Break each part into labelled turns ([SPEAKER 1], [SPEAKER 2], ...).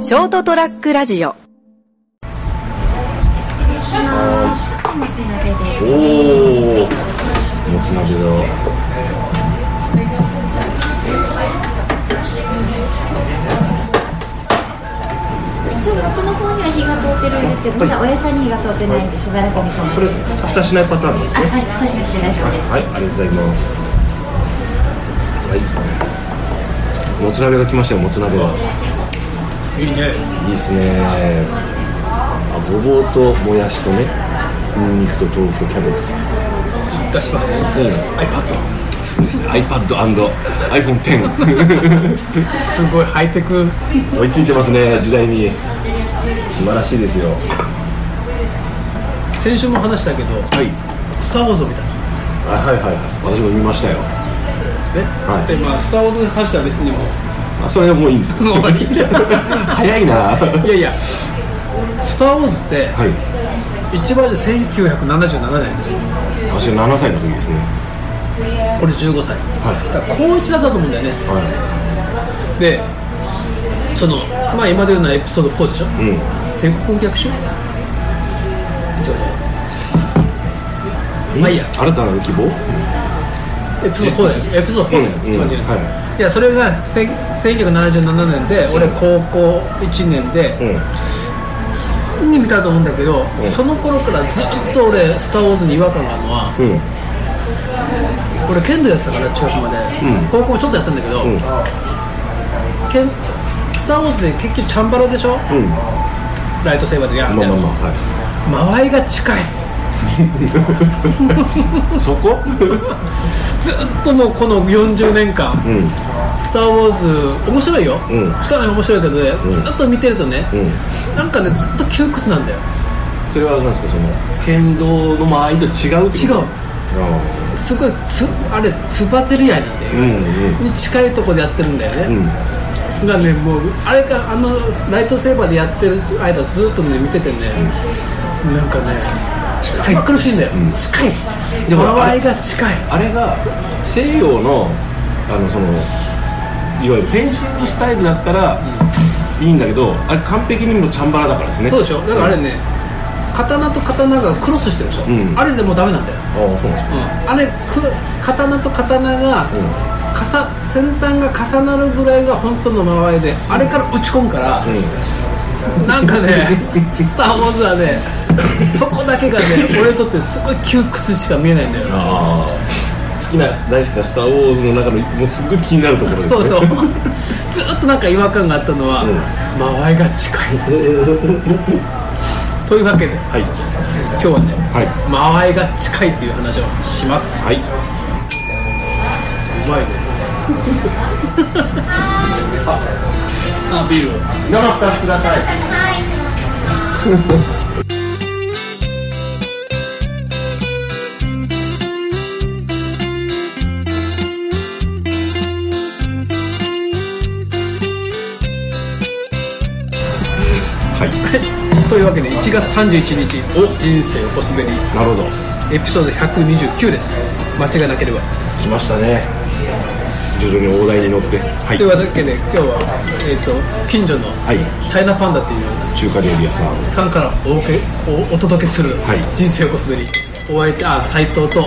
[SPEAKER 1] ショートトラックラジオ
[SPEAKER 2] おおもつ鍋だ
[SPEAKER 3] 一応夏の方には火が通ってるんですけど、まだお野菜に火が通ってないんで、しばらく煮込む。
[SPEAKER 2] これ蓋しないパターンなんです
[SPEAKER 3] あ、
[SPEAKER 2] ね
[SPEAKER 3] はい、蓋しなくて大丈夫です。
[SPEAKER 2] はいありがとうございますはいもつ鍋が来ましたよもつ鍋が
[SPEAKER 4] いいね
[SPEAKER 2] いいですねあごぼうともやしとねにんにくと豆腐とキャベツ
[SPEAKER 4] 出しますね
[SPEAKER 2] うん
[SPEAKER 4] iPad
[SPEAKER 2] そうですね iPadiPhone10
[SPEAKER 4] すごいハイテク
[SPEAKER 2] 追いついてますね時代に素晴らしいですよは
[SPEAKER 4] 先週も話したけど
[SPEAKER 2] い
[SPEAKER 4] 「スター・ウォーズ」を見たの
[SPEAKER 2] あはいはいはい私も見ましたよ
[SPEAKER 4] ね、
[SPEAKER 2] はい
[SPEAKER 4] でまあ「スター・ウォーズ」に関しては別にも
[SPEAKER 2] あそれはもういいんですか
[SPEAKER 4] う 終わり
[SPEAKER 2] 早いなはい
[SPEAKER 4] やいや「スター・ウォーズ」って
[SPEAKER 2] い
[SPEAKER 4] 一番で1977年
[SPEAKER 2] 私は7歳の時ですね
[SPEAKER 4] 俺15歳
[SPEAKER 2] は
[SPEAKER 4] だから高1だったと思うんだよね
[SPEAKER 2] いは
[SPEAKER 4] でそのまあ今で言うのはエピソード4でしょ
[SPEAKER 2] いうん
[SPEAKER 4] 帝国逆襲違う違うまあいいや
[SPEAKER 2] 新たなる希望
[SPEAKER 4] エピソード4だよエピソード4だよ、
[SPEAKER 2] うん
[SPEAKER 4] 一番出るの、
[SPEAKER 2] うん
[SPEAKER 4] い、やそれがせん1977年で俺高校1年
[SPEAKER 2] う
[SPEAKER 4] で、
[SPEAKER 2] ん
[SPEAKER 4] に見たと思うんだけど、
[SPEAKER 2] ん
[SPEAKER 4] その頃からずっと俺「スター・ウォーズ」に違和感があるのは
[SPEAKER 2] うん
[SPEAKER 4] 俺剣道やってたから中学まで、
[SPEAKER 2] うん
[SPEAKER 4] 高校もちょっとやったんだけど、
[SPEAKER 2] うん
[SPEAKER 4] 剣スター・ウォーズで結局チャンバラでしょ、
[SPEAKER 2] うん
[SPEAKER 4] ライトセイバーでや
[SPEAKER 2] まあ
[SPEAKER 4] る
[SPEAKER 2] ま
[SPEAKER 4] みたい
[SPEAKER 2] あ
[SPEAKER 4] な、
[SPEAKER 2] まあは
[SPEAKER 4] 間合いが近
[SPEAKER 2] い
[SPEAKER 4] い
[SPEAKER 2] そこ
[SPEAKER 4] ずっともうこの40年間、
[SPEAKER 2] うん
[SPEAKER 4] スター・ウォーズ面白いよ、
[SPEAKER 2] うん
[SPEAKER 4] 力に面白いけどね、ずっと見てるとね、
[SPEAKER 2] うん
[SPEAKER 4] なんかねずっと窮屈なんだよ
[SPEAKER 2] それは何ですかその剣道の間合いと違うって
[SPEAKER 4] 違
[SPEAKER 2] こと
[SPEAKER 4] うすごいつあれつばぜり合いなんだよ
[SPEAKER 2] あ、ーうん
[SPEAKER 4] に近いとこでやってるんだよ
[SPEAKER 2] うんう
[SPEAKER 4] ね、
[SPEAKER 2] ん
[SPEAKER 4] がねもうあれかあのライトセーバーでやってる間ずっとね見ててね、なんかね最苦しいんだよ、
[SPEAKER 2] ん
[SPEAKER 4] 近い
[SPEAKER 2] でも
[SPEAKER 4] 間合いが近い
[SPEAKER 2] あれが西洋のあのそのいわゆるフェンシングスタイルだったらいいんだけど、あれ完璧にもうチャンバラだからですね
[SPEAKER 4] そうでしょだからあれね、刀と刀がクロスしてるでしょ、
[SPEAKER 2] うん
[SPEAKER 4] あれでもうダメなんだよ、
[SPEAKER 2] ああそうなんですか
[SPEAKER 4] あれく刀と刀が、
[SPEAKER 2] うん
[SPEAKER 4] かさ先端が重なるぐらいが本当の間合いであれから打ち込むから、なんかね「スター・ウォーズ」はねそこだ けがね俺にとってすごい窮屈しか見えないんだよな
[SPEAKER 2] ああ好きな大好きな「スター・ウォーズ」の中のもうすっごい気になるところです、ね、
[SPEAKER 4] そ うそうずっとなんか違和感があったのは、
[SPEAKER 2] ん
[SPEAKER 4] 間合いが近いというわけで
[SPEAKER 2] はい
[SPEAKER 4] 今日はね、
[SPEAKER 2] はい
[SPEAKER 4] 間合いが近いっていう話をします
[SPEAKER 2] はいう
[SPEAKER 4] まいねあビールを
[SPEAKER 2] 生2つくださいはい
[SPEAKER 4] というわけで1月31日「お人生横滑り
[SPEAKER 2] なるほど」
[SPEAKER 4] エピソード129です間違いなければ
[SPEAKER 2] 来ましたね徐々に大台に乗ってはい
[SPEAKER 4] というわけで今日は、えー、と近所の
[SPEAKER 2] はい
[SPEAKER 4] チャイナパンダっていう
[SPEAKER 2] 中華料理屋さん
[SPEAKER 4] さんからお受けおお届けする
[SPEAKER 2] はい
[SPEAKER 4] 「人生横滑り」お相手あ斎藤と
[SPEAKER 2] あ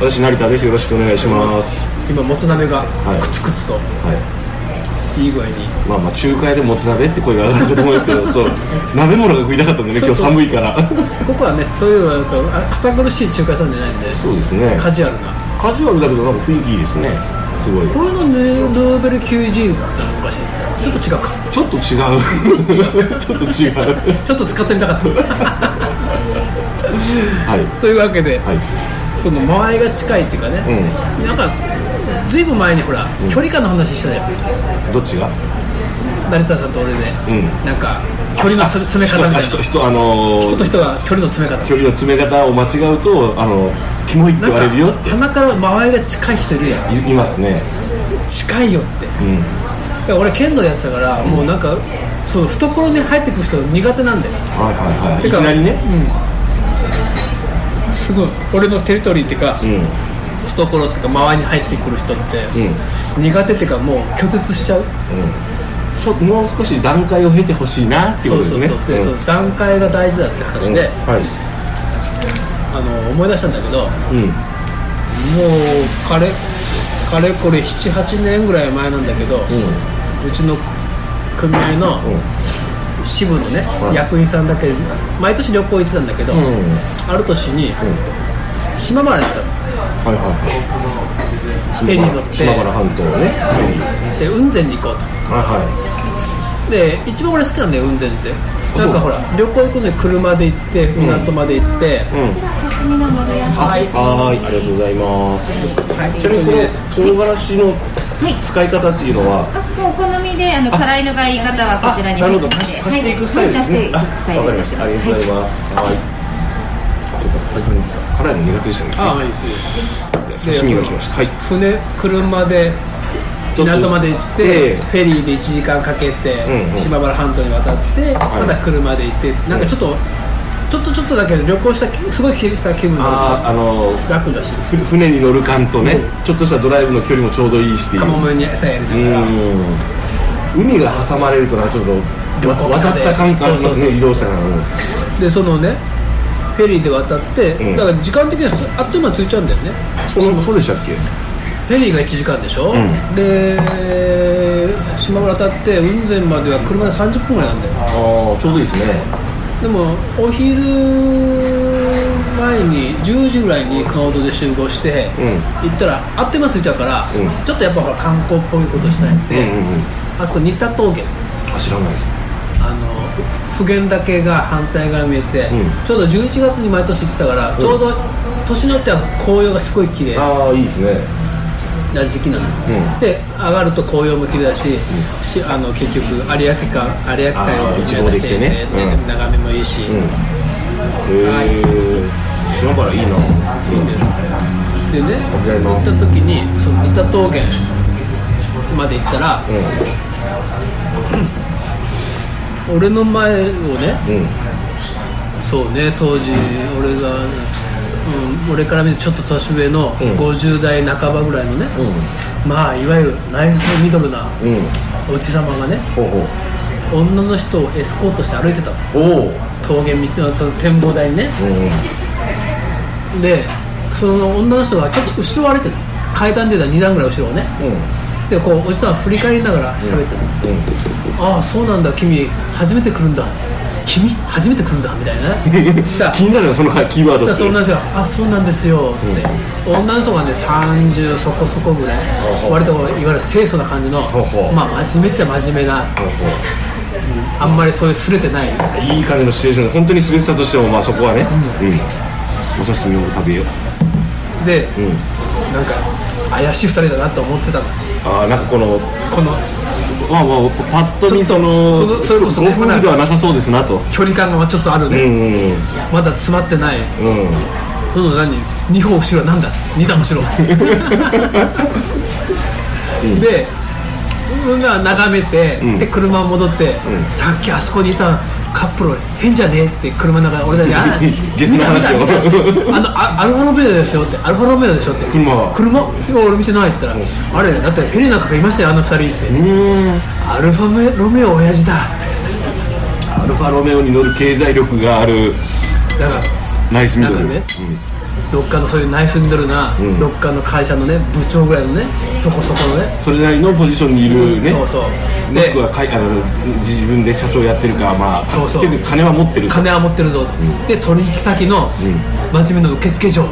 [SPEAKER 2] 私成田ですよろしくお願いします
[SPEAKER 4] 今もつ鍋が
[SPEAKER 2] い
[SPEAKER 4] クツクツと
[SPEAKER 2] はい
[SPEAKER 4] いい具合に、
[SPEAKER 2] まあまあ中華屋でもつ鍋って声が上がるかと思うんですけどそう鍋物が食いたかったんでね今日
[SPEAKER 4] そうそう
[SPEAKER 2] 寒いから
[SPEAKER 4] ここはねそういうなんかあ堅苦しい中華屋さんじゃないんで
[SPEAKER 2] そうですね
[SPEAKER 4] カジュアルな
[SPEAKER 2] カジュアルだけどなんか雰囲気いいですねすごい
[SPEAKER 4] こういうのねノーベル QG なのかしらちょっと違うか
[SPEAKER 2] ちょっ と違うちょっと違う
[SPEAKER 4] ちょっと使ってみたか っ
[SPEAKER 2] は
[SPEAKER 4] た
[SPEAKER 2] い
[SPEAKER 4] というわけで、
[SPEAKER 2] はい
[SPEAKER 4] この間合いが近いっていうかね、なんかずいぶん前にほら、距離感の話したじゃん
[SPEAKER 2] どっちが
[SPEAKER 4] 成田さんと俺で、
[SPEAKER 2] ん
[SPEAKER 4] なんか距離のつ詰め方みたいな
[SPEAKER 2] 人
[SPEAKER 4] 人
[SPEAKER 2] 人人あのー
[SPEAKER 4] と人が距離の詰め方
[SPEAKER 2] 距離の詰め方を間違うとあのキモいって
[SPEAKER 4] なん
[SPEAKER 2] 言わ
[SPEAKER 4] か
[SPEAKER 2] れるよって
[SPEAKER 4] 鼻から間合いが近い人いるやん
[SPEAKER 2] いいますね
[SPEAKER 4] 近いよって
[SPEAKER 2] うん
[SPEAKER 4] だから俺剣道やってたから、もうなんかその懐に入ってくる人苦手なんだよ
[SPEAKER 2] はいはいはい
[SPEAKER 4] て
[SPEAKER 2] いき
[SPEAKER 4] か
[SPEAKER 2] なりね
[SPEAKER 4] うんすごい俺のテリトリーっていうか、
[SPEAKER 2] うん
[SPEAKER 4] 懐っていうか間合いに入ってくる人って、
[SPEAKER 2] う
[SPEAKER 4] 苦手っていうかもう拒絶しちゃう、
[SPEAKER 2] うん
[SPEAKER 4] そ
[SPEAKER 2] そもう少し段階を経てほしいなっていう
[SPEAKER 4] そ
[SPEAKER 2] こ
[SPEAKER 4] う
[SPEAKER 2] とですね
[SPEAKER 4] そうそうでそう
[SPEAKER 2] うん
[SPEAKER 4] 段階が大事だって話
[SPEAKER 2] う
[SPEAKER 4] で、
[SPEAKER 2] んはい
[SPEAKER 4] あの思い出したんだけどもう
[SPEAKER 2] うん
[SPEAKER 4] かれかれこれ78年ぐらい前なんだけど、うちの組合の
[SPEAKER 2] うん
[SPEAKER 4] 支部のね、
[SPEAKER 2] うん
[SPEAKER 4] 役員さんだけ毎年旅行行ってたんだけど、
[SPEAKER 2] うんうん
[SPEAKER 4] ある年に島原に行ったの
[SPEAKER 2] はいは
[SPEAKER 4] フ
[SPEAKER 2] い
[SPEAKER 4] ェリー乗って
[SPEAKER 2] 島原半島ね
[SPEAKER 4] で雲仙に行こうと
[SPEAKER 2] は
[SPEAKER 4] で一番俺好きなんだよ雲仙って
[SPEAKER 2] あ
[SPEAKER 4] なんか
[SPEAKER 2] そ
[SPEAKER 4] ほ
[SPEAKER 2] う
[SPEAKER 4] ら旅行行くのに車で行って港まで行って、
[SPEAKER 2] いはいうん
[SPEAKER 3] こちら刺身の盛り合わせです
[SPEAKER 2] はーいありがとうございますちなみにそ
[SPEAKER 4] いい
[SPEAKER 2] の
[SPEAKER 4] です
[SPEAKER 2] 唐辛子の
[SPEAKER 3] はい
[SPEAKER 2] 使い方っていうのは
[SPEAKER 3] あもうお好みであの辛いのがいい方はこちらに
[SPEAKER 2] なるほど
[SPEAKER 3] 入って
[SPEAKER 2] 足し足していくスタイルですね
[SPEAKER 3] はい足してい
[SPEAKER 2] あわ
[SPEAKER 3] くス
[SPEAKER 2] か
[SPEAKER 3] タイル
[SPEAKER 2] り
[SPEAKER 3] にな
[SPEAKER 2] まし
[SPEAKER 3] ってます
[SPEAKER 2] たありがとうございますはいちょっと最初にさ辛いの苦手でした
[SPEAKER 4] ああ
[SPEAKER 2] ね
[SPEAKER 4] いいですいいです
[SPEAKER 2] 刺身が来ましたはい
[SPEAKER 4] 船車で
[SPEAKER 2] ちょっと
[SPEAKER 4] 港まで行っ
[SPEAKER 2] え
[SPEAKER 4] て
[SPEAKER 2] え
[SPEAKER 4] フェリーで1時間かけて
[SPEAKER 2] うんうん
[SPEAKER 4] 島原半島に渡って
[SPEAKER 2] い
[SPEAKER 4] また車で行ってなんかちょっとちょっとちょっとだけど旅行した気すごい気した気分に
[SPEAKER 2] ああ
[SPEAKER 4] な
[SPEAKER 2] あの
[SPEAKER 4] る楽だし
[SPEAKER 2] ふ船に乗る感とね、ちょっとしたドライブの距離もちょうどいいしっていう
[SPEAKER 4] カモメに餌やり
[SPEAKER 2] う
[SPEAKER 4] ながら
[SPEAKER 2] ん海が挟まれるとなちょっと
[SPEAKER 4] 旅行
[SPEAKER 2] わ渡
[SPEAKER 4] 来た
[SPEAKER 2] っ
[SPEAKER 4] ぜ
[SPEAKER 2] た感があり
[SPEAKER 4] そ
[SPEAKER 2] ま
[SPEAKER 4] う
[SPEAKER 2] す
[SPEAKER 4] そうそう
[SPEAKER 2] ね移動車なのに
[SPEAKER 4] でそのねフェリーで渡って
[SPEAKER 2] うん
[SPEAKER 4] だから時間的にはあっという間に着いちゃうんだよね
[SPEAKER 2] そのそうでしたっけ
[SPEAKER 4] フェリーが1時間でしょ
[SPEAKER 2] うん
[SPEAKER 4] で島原渡って雲仙までは車で30分ぐらいなんだよ
[SPEAKER 2] ああちょうどいいですね
[SPEAKER 4] でもお昼前に10時ぐらいに熊本で集合して、
[SPEAKER 2] うん
[SPEAKER 4] 行ったらあっという間着いちゃうから、
[SPEAKER 2] うん
[SPEAKER 4] ちょっとやっぱほら観光っぽいことしたいんで、
[SPEAKER 2] うんうんうん
[SPEAKER 4] あそこ新田峠
[SPEAKER 2] あ知らないです
[SPEAKER 4] あのふ普賢岳が反対側見えて、
[SPEAKER 2] うん
[SPEAKER 4] ちょうど11月に毎年行ってたから、ちょうど年によっては紅葉がすごい綺麗な
[SPEAKER 2] ああいいですね
[SPEAKER 4] 時期なんですよ、
[SPEAKER 2] うん
[SPEAKER 4] で上がると紅葉も綺麗だし,、しあの結局有明海有明海
[SPEAKER 2] あ
[SPEAKER 4] を
[SPEAKER 2] ー一望できてねうん
[SPEAKER 4] 眺めもいいし、
[SPEAKER 2] うんへえ島からいいな
[SPEAKER 4] でね
[SPEAKER 2] こちらに
[SPEAKER 4] 行った時にその三田峠まで行ったら、俺の前をね
[SPEAKER 2] うんうん
[SPEAKER 4] そうね当時俺が、うん、俺から見てちょっと年上の
[SPEAKER 2] うん
[SPEAKER 4] 50代半ばぐらいのね、
[SPEAKER 2] う
[SPEAKER 4] まあいわゆるナイスミドルな
[SPEAKER 2] うんうん
[SPEAKER 4] おじ様がね
[SPEAKER 2] ほうほう
[SPEAKER 4] 女の人をエスコートして歩いてたの
[SPEAKER 2] おお
[SPEAKER 4] 峠道のその展望台にね
[SPEAKER 2] うんうん
[SPEAKER 4] でその女の人がちょっと後ろを歩いてる階段で言うたら2段ぐらい後ろをねでこうおじさんは振り返りながら喋ってる、ああそうなんだ君初めて来るんだ君初めて来るんだみたいな ねさあ
[SPEAKER 2] 気になるよそのキーワード
[SPEAKER 4] そしたらその
[SPEAKER 2] って
[SPEAKER 4] 話が「あそうなんですよ」って、女の人がね30そこそこぐらい
[SPEAKER 2] ほう
[SPEAKER 4] 割とこういわゆる清楚な感じの
[SPEAKER 2] ほうほう
[SPEAKER 4] まあ真面目っちゃ真面目な
[SPEAKER 2] ほうほう
[SPEAKER 4] あんまりそういうすれてない
[SPEAKER 2] いい感じのシチュエーションで本当に滑ってたとしてもまあそこはね、うんお刺身を食べよう、
[SPEAKER 4] で、
[SPEAKER 2] うん、
[SPEAKER 4] なんか怪しい2人だなと思ってたの
[SPEAKER 2] ああなんかこの
[SPEAKER 4] この
[SPEAKER 2] まあまあパッと見
[SPEAKER 4] ちょ
[SPEAKER 2] そ
[SPEAKER 4] っと
[SPEAKER 2] の
[SPEAKER 4] そのそれこそ
[SPEAKER 2] ご夫婦ではなさそうですなと
[SPEAKER 4] 距離感がちょっとある
[SPEAKER 2] う
[SPEAKER 4] ね、
[SPEAKER 2] んうん
[SPEAKER 4] まだ詰まってない
[SPEAKER 2] うん
[SPEAKER 4] その何2歩後ろは何だ2段後ろでうんまあ眺めて、
[SPEAKER 2] ん
[SPEAKER 4] で車戻って、さっきあそこにいたカップル変じゃねえって車の中で俺たちあ
[SPEAKER 2] ゲスの話を
[SPEAKER 4] 見た見た見た あのあアルファロメオでしょってアルファロメオでしょって
[SPEAKER 2] 車は
[SPEAKER 4] 車俺見てないって言ったら、あれだってヘリなんかがいましたよあの二人って、
[SPEAKER 2] うん
[SPEAKER 4] アルファロメオ親父だっ
[SPEAKER 2] アルファロメオに乗る経済力がある
[SPEAKER 4] てだから
[SPEAKER 2] ナイスミドル、
[SPEAKER 4] なんかねどっかのそういうナイスミドルな、
[SPEAKER 2] ん
[SPEAKER 4] どっかの会社のね部長ぐらいのねそこそこのね
[SPEAKER 2] うん、それなりのポジションにいるね、
[SPEAKER 4] そうそう
[SPEAKER 2] もし
[SPEAKER 4] で
[SPEAKER 2] くはかいあの自分で社長やってるかまあ
[SPEAKER 4] そうそう
[SPEAKER 2] 結局金は持ってる
[SPEAKER 4] 金は持ってるぞと、で取引先の真面目の受付嬢、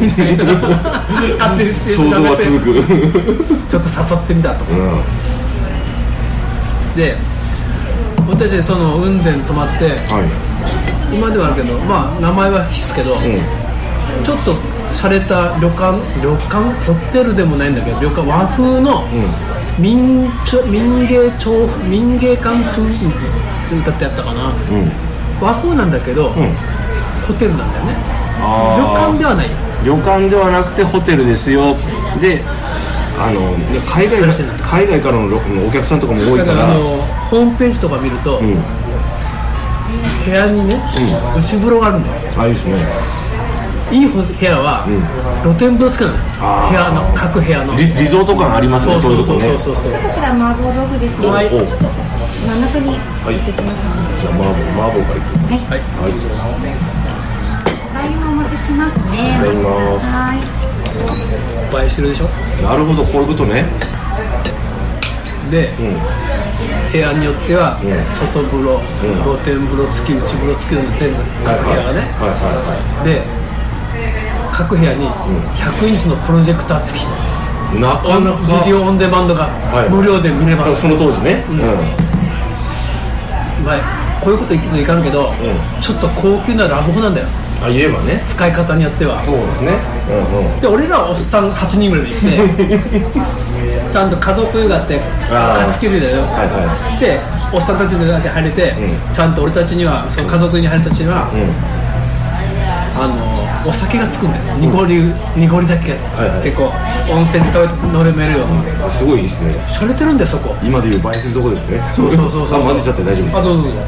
[SPEAKER 4] みたいな勝手にシチュエーショ
[SPEAKER 2] 想
[SPEAKER 4] ン
[SPEAKER 2] 像
[SPEAKER 4] 考え
[SPEAKER 2] は
[SPEAKER 4] て
[SPEAKER 2] 続く
[SPEAKER 4] ちょっと誘ってみたと、
[SPEAKER 2] うん
[SPEAKER 4] で俺たちその運転止まって
[SPEAKER 2] は
[SPEAKER 4] 今ではあるけどまあ名前は必須けど、
[SPEAKER 2] い、うん
[SPEAKER 4] ちょっと洒落た旅館旅館ホテルでもないんだけど旅館和風の民,、民芸調民芸館風歌ってやったかな、
[SPEAKER 2] うん
[SPEAKER 4] 和風なんだけど、
[SPEAKER 2] ん
[SPEAKER 4] ホテルなんだよね
[SPEAKER 2] あ
[SPEAKER 4] 旅
[SPEAKER 2] ー
[SPEAKER 4] 館ではない
[SPEAKER 2] 旅館ではなくてホテルですよであの海
[SPEAKER 4] 知られてない
[SPEAKER 2] 外海外からのろお客さんとかも多い
[SPEAKER 4] だ
[SPEAKER 2] か
[SPEAKER 4] からあ
[SPEAKER 2] ら
[SPEAKER 4] のホームページとか見ると、
[SPEAKER 2] うん
[SPEAKER 4] 部屋にね、内風呂があるんだよ
[SPEAKER 2] あいいですね
[SPEAKER 4] いいほ部屋は、露天風呂つけない
[SPEAKER 2] あー
[SPEAKER 4] 部屋の各部屋の
[SPEAKER 2] リリゾート感あります
[SPEAKER 4] そ
[SPEAKER 2] ね
[SPEAKER 4] う
[SPEAKER 2] そうい
[SPEAKER 4] そ
[SPEAKER 2] ううと
[SPEAKER 4] そ
[SPEAKER 2] こ
[SPEAKER 4] う
[SPEAKER 2] ね
[SPEAKER 4] そうそうそう
[SPEAKER 3] こちら麻婆豆腐ですね
[SPEAKER 2] お
[SPEAKER 4] はい
[SPEAKER 2] お
[SPEAKER 3] 真ん中に置いてきますので、
[SPEAKER 2] じゃあマーボーマーボーからいく
[SPEAKER 3] はい、
[SPEAKER 4] はい
[SPEAKER 2] はい
[SPEAKER 3] ラインをお持ちしますね。お
[SPEAKER 2] はい
[SPEAKER 3] 待ちください。
[SPEAKER 4] お映えしてるでしょ
[SPEAKER 2] なるほどこういうことね
[SPEAKER 4] で
[SPEAKER 2] うん
[SPEAKER 4] 提案によっては、
[SPEAKER 2] うん
[SPEAKER 4] 外風呂、
[SPEAKER 2] ん
[SPEAKER 4] 露天風呂付き内風呂付きの全
[SPEAKER 2] は
[SPEAKER 4] 部
[SPEAKER 2] い
[SPEAKER 4] 各部
[SPEAKER 2] はい
[SPEAKER 4] 屋
[SPEAKER 2] はい
[SPEAKER 4] がね、
[SPEAKER 2] は
[SPEAKER 4] で各部屋に100インチのプロジェクター付き
[SPEAKER 2] いはいなかなか
[SPEAKER 4] ビデオオンデマンドが
[SPEAKER 2] い
[SPEAKER 4] 無料で見れま
[SPEAKER 2] そう
[SPEAKER 4] す、
[SPEAKER 2] その当時ねうん
[SPEAKER 4] まあこういうこと言っていかんけど、
[SPEAKER 2] ん
[SPEAKER 4] ちょっと高級なラブホなんだよ
[SPEAKER 2] あ言えばね
[SPEAKER 4] 使い方によっては
[SPEAKER 2] そうですねうんうん
[SPEAKER 4] で俺らはおっさん8人ぐらいで行って ちゃんと家族があって
[SPEAKER 2] あー
[SPEAKER 4] 貸し切りだよ、
[SPEAKER 2] はいは
[SPEAKER 4] でおっさんたちでだけ入れて、
[SPEAKER 2] う
[SPEAKER 4] ちゃんと俺たちにはその家族に入れたちには、
[SPEAKER 2] うん
[SPEAKER 4] あのお酒がつくんだよ濁り,、濁り酒
[SPEAKER 2] いはい
[SPEAKER 4] ってこう、温泉で食べて飲めるような
[SPEAKER 2] すごいいいですね
[SPEAKER 4] しゃれてるんだよそこ
[SPEAKER 2] 今でいう倍するとこですね
[SPEAKER 4] そうそうそうそう
[SPEAKER 2] あ混ぜちゃって大丈夫です
[SPEAKER 4] あどうぞどうぞ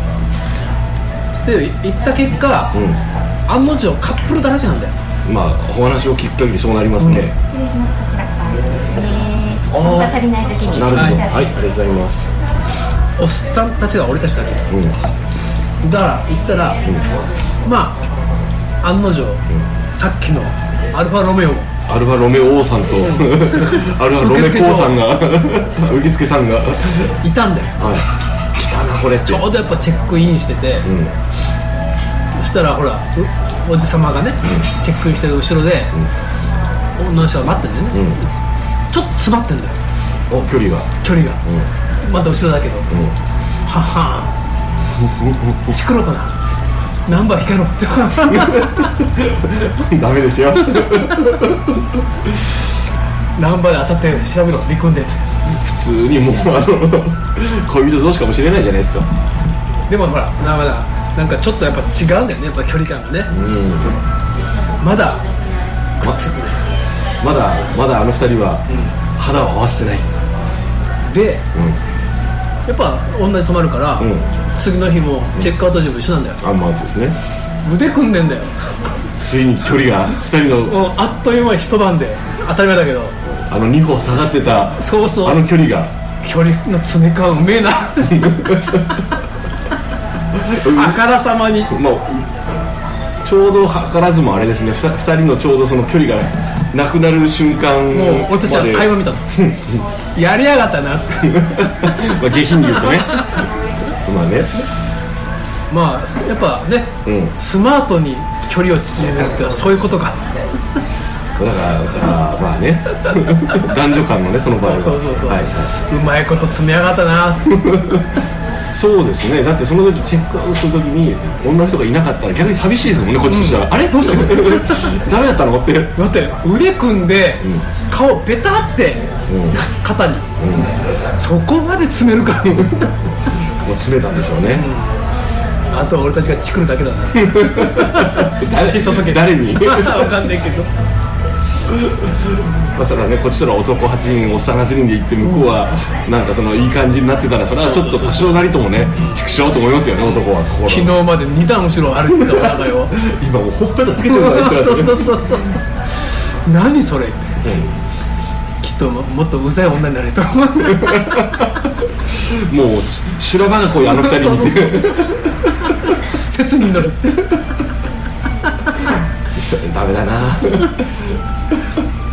[SPEAKER 4] で行った結果、
[SPEAKER 2] う
[SPEAKER 4] 案の定カップルだらけなんだよ
[SPEAKER 2] んまあお話を聞く限りそうなりますね
[SPEAKER 3] 失礼します。こちらからですね。
[SPEAKER 4] あー
[SPEAKER 3] 重さ足りないときに。
[SPEAKER 2] なるほど
[SPEAKER 3] は
[SPEAKER 2] はい
[SPEAKER 3] い
[SPEAKER 2] ありがとうございます
[SPEAKER 4] おっさんたちが俺たちだけ
[SPEAKER 2] うん
[SPEAKER 4] だから行ったら、まあ案の定、さっきのアルファロメオも
[SPEAKER 2] アルファロメオ王さんとアルファロメコウさんが受付さんがはい
[SPEAKER 4] たんだよ
[SPEAKER 2] い来たなこれって
[SPEAKER 4] ちょうどやっぱチェックインしてて、
[SPEAKER 2] うん
[SPEAKER 4] そしたらほらうおじ様がね、チェックインしてる後ろで、女の人が待ってんだ
[SPEAKER 2] う
[SPEAKER 4] よね、
[SPEAKER 2] ん
[SPEAKER 4] ちょっと詰まってんだよ
[SPEAKER 2] お距離が
[SPEAKER 4] 距離が、
[SPEAKER 2] うん
[SPEAKER 4] また後ろだけど、
[SPEAKER 2] うん
[SPEAKER 4] はっはんチクロとなナンバー光ろって
[SPEAKER 2] ダメですよ。普
[SPEAKER 4] ナンバーで当たったように調べろ離婚で
[SPEAKER 2] 通にもうあの恋人同士かもしれないじゃないですか。
[SPEAKER 4] でもほらなまだなんかちょっとやっぱ違うんだよねやっぱ距離感がね、
[SPEAKER 2] うん。
[SPEAKER 4] まだ
[SPEAKER 2] ままだまだあの二人は肌を合わせてない。
[SPEAKER 4] でやっぱ同じ泊まるから、
[SPEAKER 2] うん
[SPEAKER 4] 次の日もチェックアウト時も一緒なんだよ、
[SPEAKER 2] あまあそうですね。
[SPEAKER 4] 腕組んでんだよ
[SPEAKER 2] ついに距離が二人の
[SPEAKER 4] もうあっという間に一晩で当たり前だけど
[SPEAKER 2] あの二歩下がってた
[SPEAKER 4] そうそう
[SPEAKER 2] あの距離が。
[SPEAKER 4] 距離の詰め感うめえなあからさまに
[SPEAKER 2] まあちょうど図らずもあれですね。ふた二人のちょうどその距離がなくなる瞬間
[SPEAKER 4] もう俺たちは会話見 たのやりやがったな
[SPEAKER 2] まあ下品に言うとね。まあね。
[SPEAKER 4] まあやっぱね、
[SPEAKER 2] うん
[SPEAKER 4] スマートに距離を縮めるってのはそういうこと
[SPEAKER 2] だ
[SPEAKER 4] か
[SPEAKER 2] からだからまあね 男女間のねその場合
[SPEAKER 4] そう
[SPEAKER 2] は
[SPEAKER 4] そうそうそう、
[SPEAKER 2] はいは
[SPEAKER 4] うまいこと詰めやがったな
[SPEAKER 2] い、そうですねだってその時チェックアウトする時に女の人がいなかったら逆に寂しいですもんねこっちとしては、あれどうしたの ダメだったのって、うん、
[SPEAKER 4] だって腕組んで、
[SPEAKER 2] ん
[SPEAKER 4] 顔ベタって肩に、そこまで詰めるか
[SPEAKER 2] もう詰めたんでしょうね、
[SPEAKER 4] あとは俺たちがチクるだけだ な写真届け
[SPEAKER 2] 誰に
[SPEAKER 4] ま だわかんないけど
[SPEAKER 2] まあそれはねこっちとら男8人おっさん8人で行って向こうはなんかそのいい感じになってたらそれはちょっと多少なりともね畜生と思いますよね男は心
[SPEAKER 4] 昨日まで2段後ろ歩いてた我がよ
[SPEAKER 2] 今もうほっぺたつけてるからあいつら
[SPEAKER 4] そうそうそうそう何それ、きっとももっとうざい女になれと思う
[SPEAKER 2] もう修羅場がこういうあの二人に
[SPEAKER 4] そう 説に乗る
[SPEAKER 2] ダメだな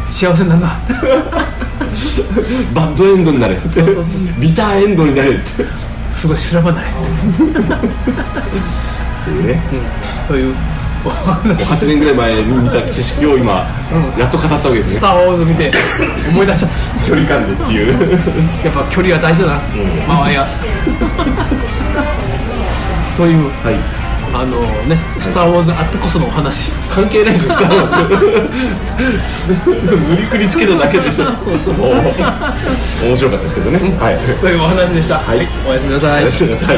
[SPEAKER 4] 幸せになんだ
[SPEAKER 2] バッドエンドになれ
[SPEAKER 4] うそうそう
[SPEAKER 2] ビターエンドになれって
[SPEAKER 4] すごい調ばないって
[SPEAKER 2] いうね
[SPEAKER 4] というお話
[SPEAKER 2] 8年ぐらい前に見た景色を今やっと語ったわけで
[SPEAKER 4] ス
[SPEAKER 2] す
[SPEAKER 4] タ
[SPEAKER 2] ね
[SPEAKER 4] ー・ウォーズ見て思い出しちゃっ
[SPEAKER 2] 距離感でっていう
[SPEAKER 4] たやっぱ距離は大事だな、まあいやという
[SPEAKER 2] はい
[SPEAKER 4] あのね「スター・ウォーズ」あってこそのお話
[SPEAKER 2] 関係ないでしょスターは 無理くりつけただけでしょそうそう面白かったですけどねはい
[SPEAKER 4] というお話でした、はい、おやすみなさ
[SPEAKER 2] お
[SPEAKER 4] い
[SPEAKER 2] やすみなさい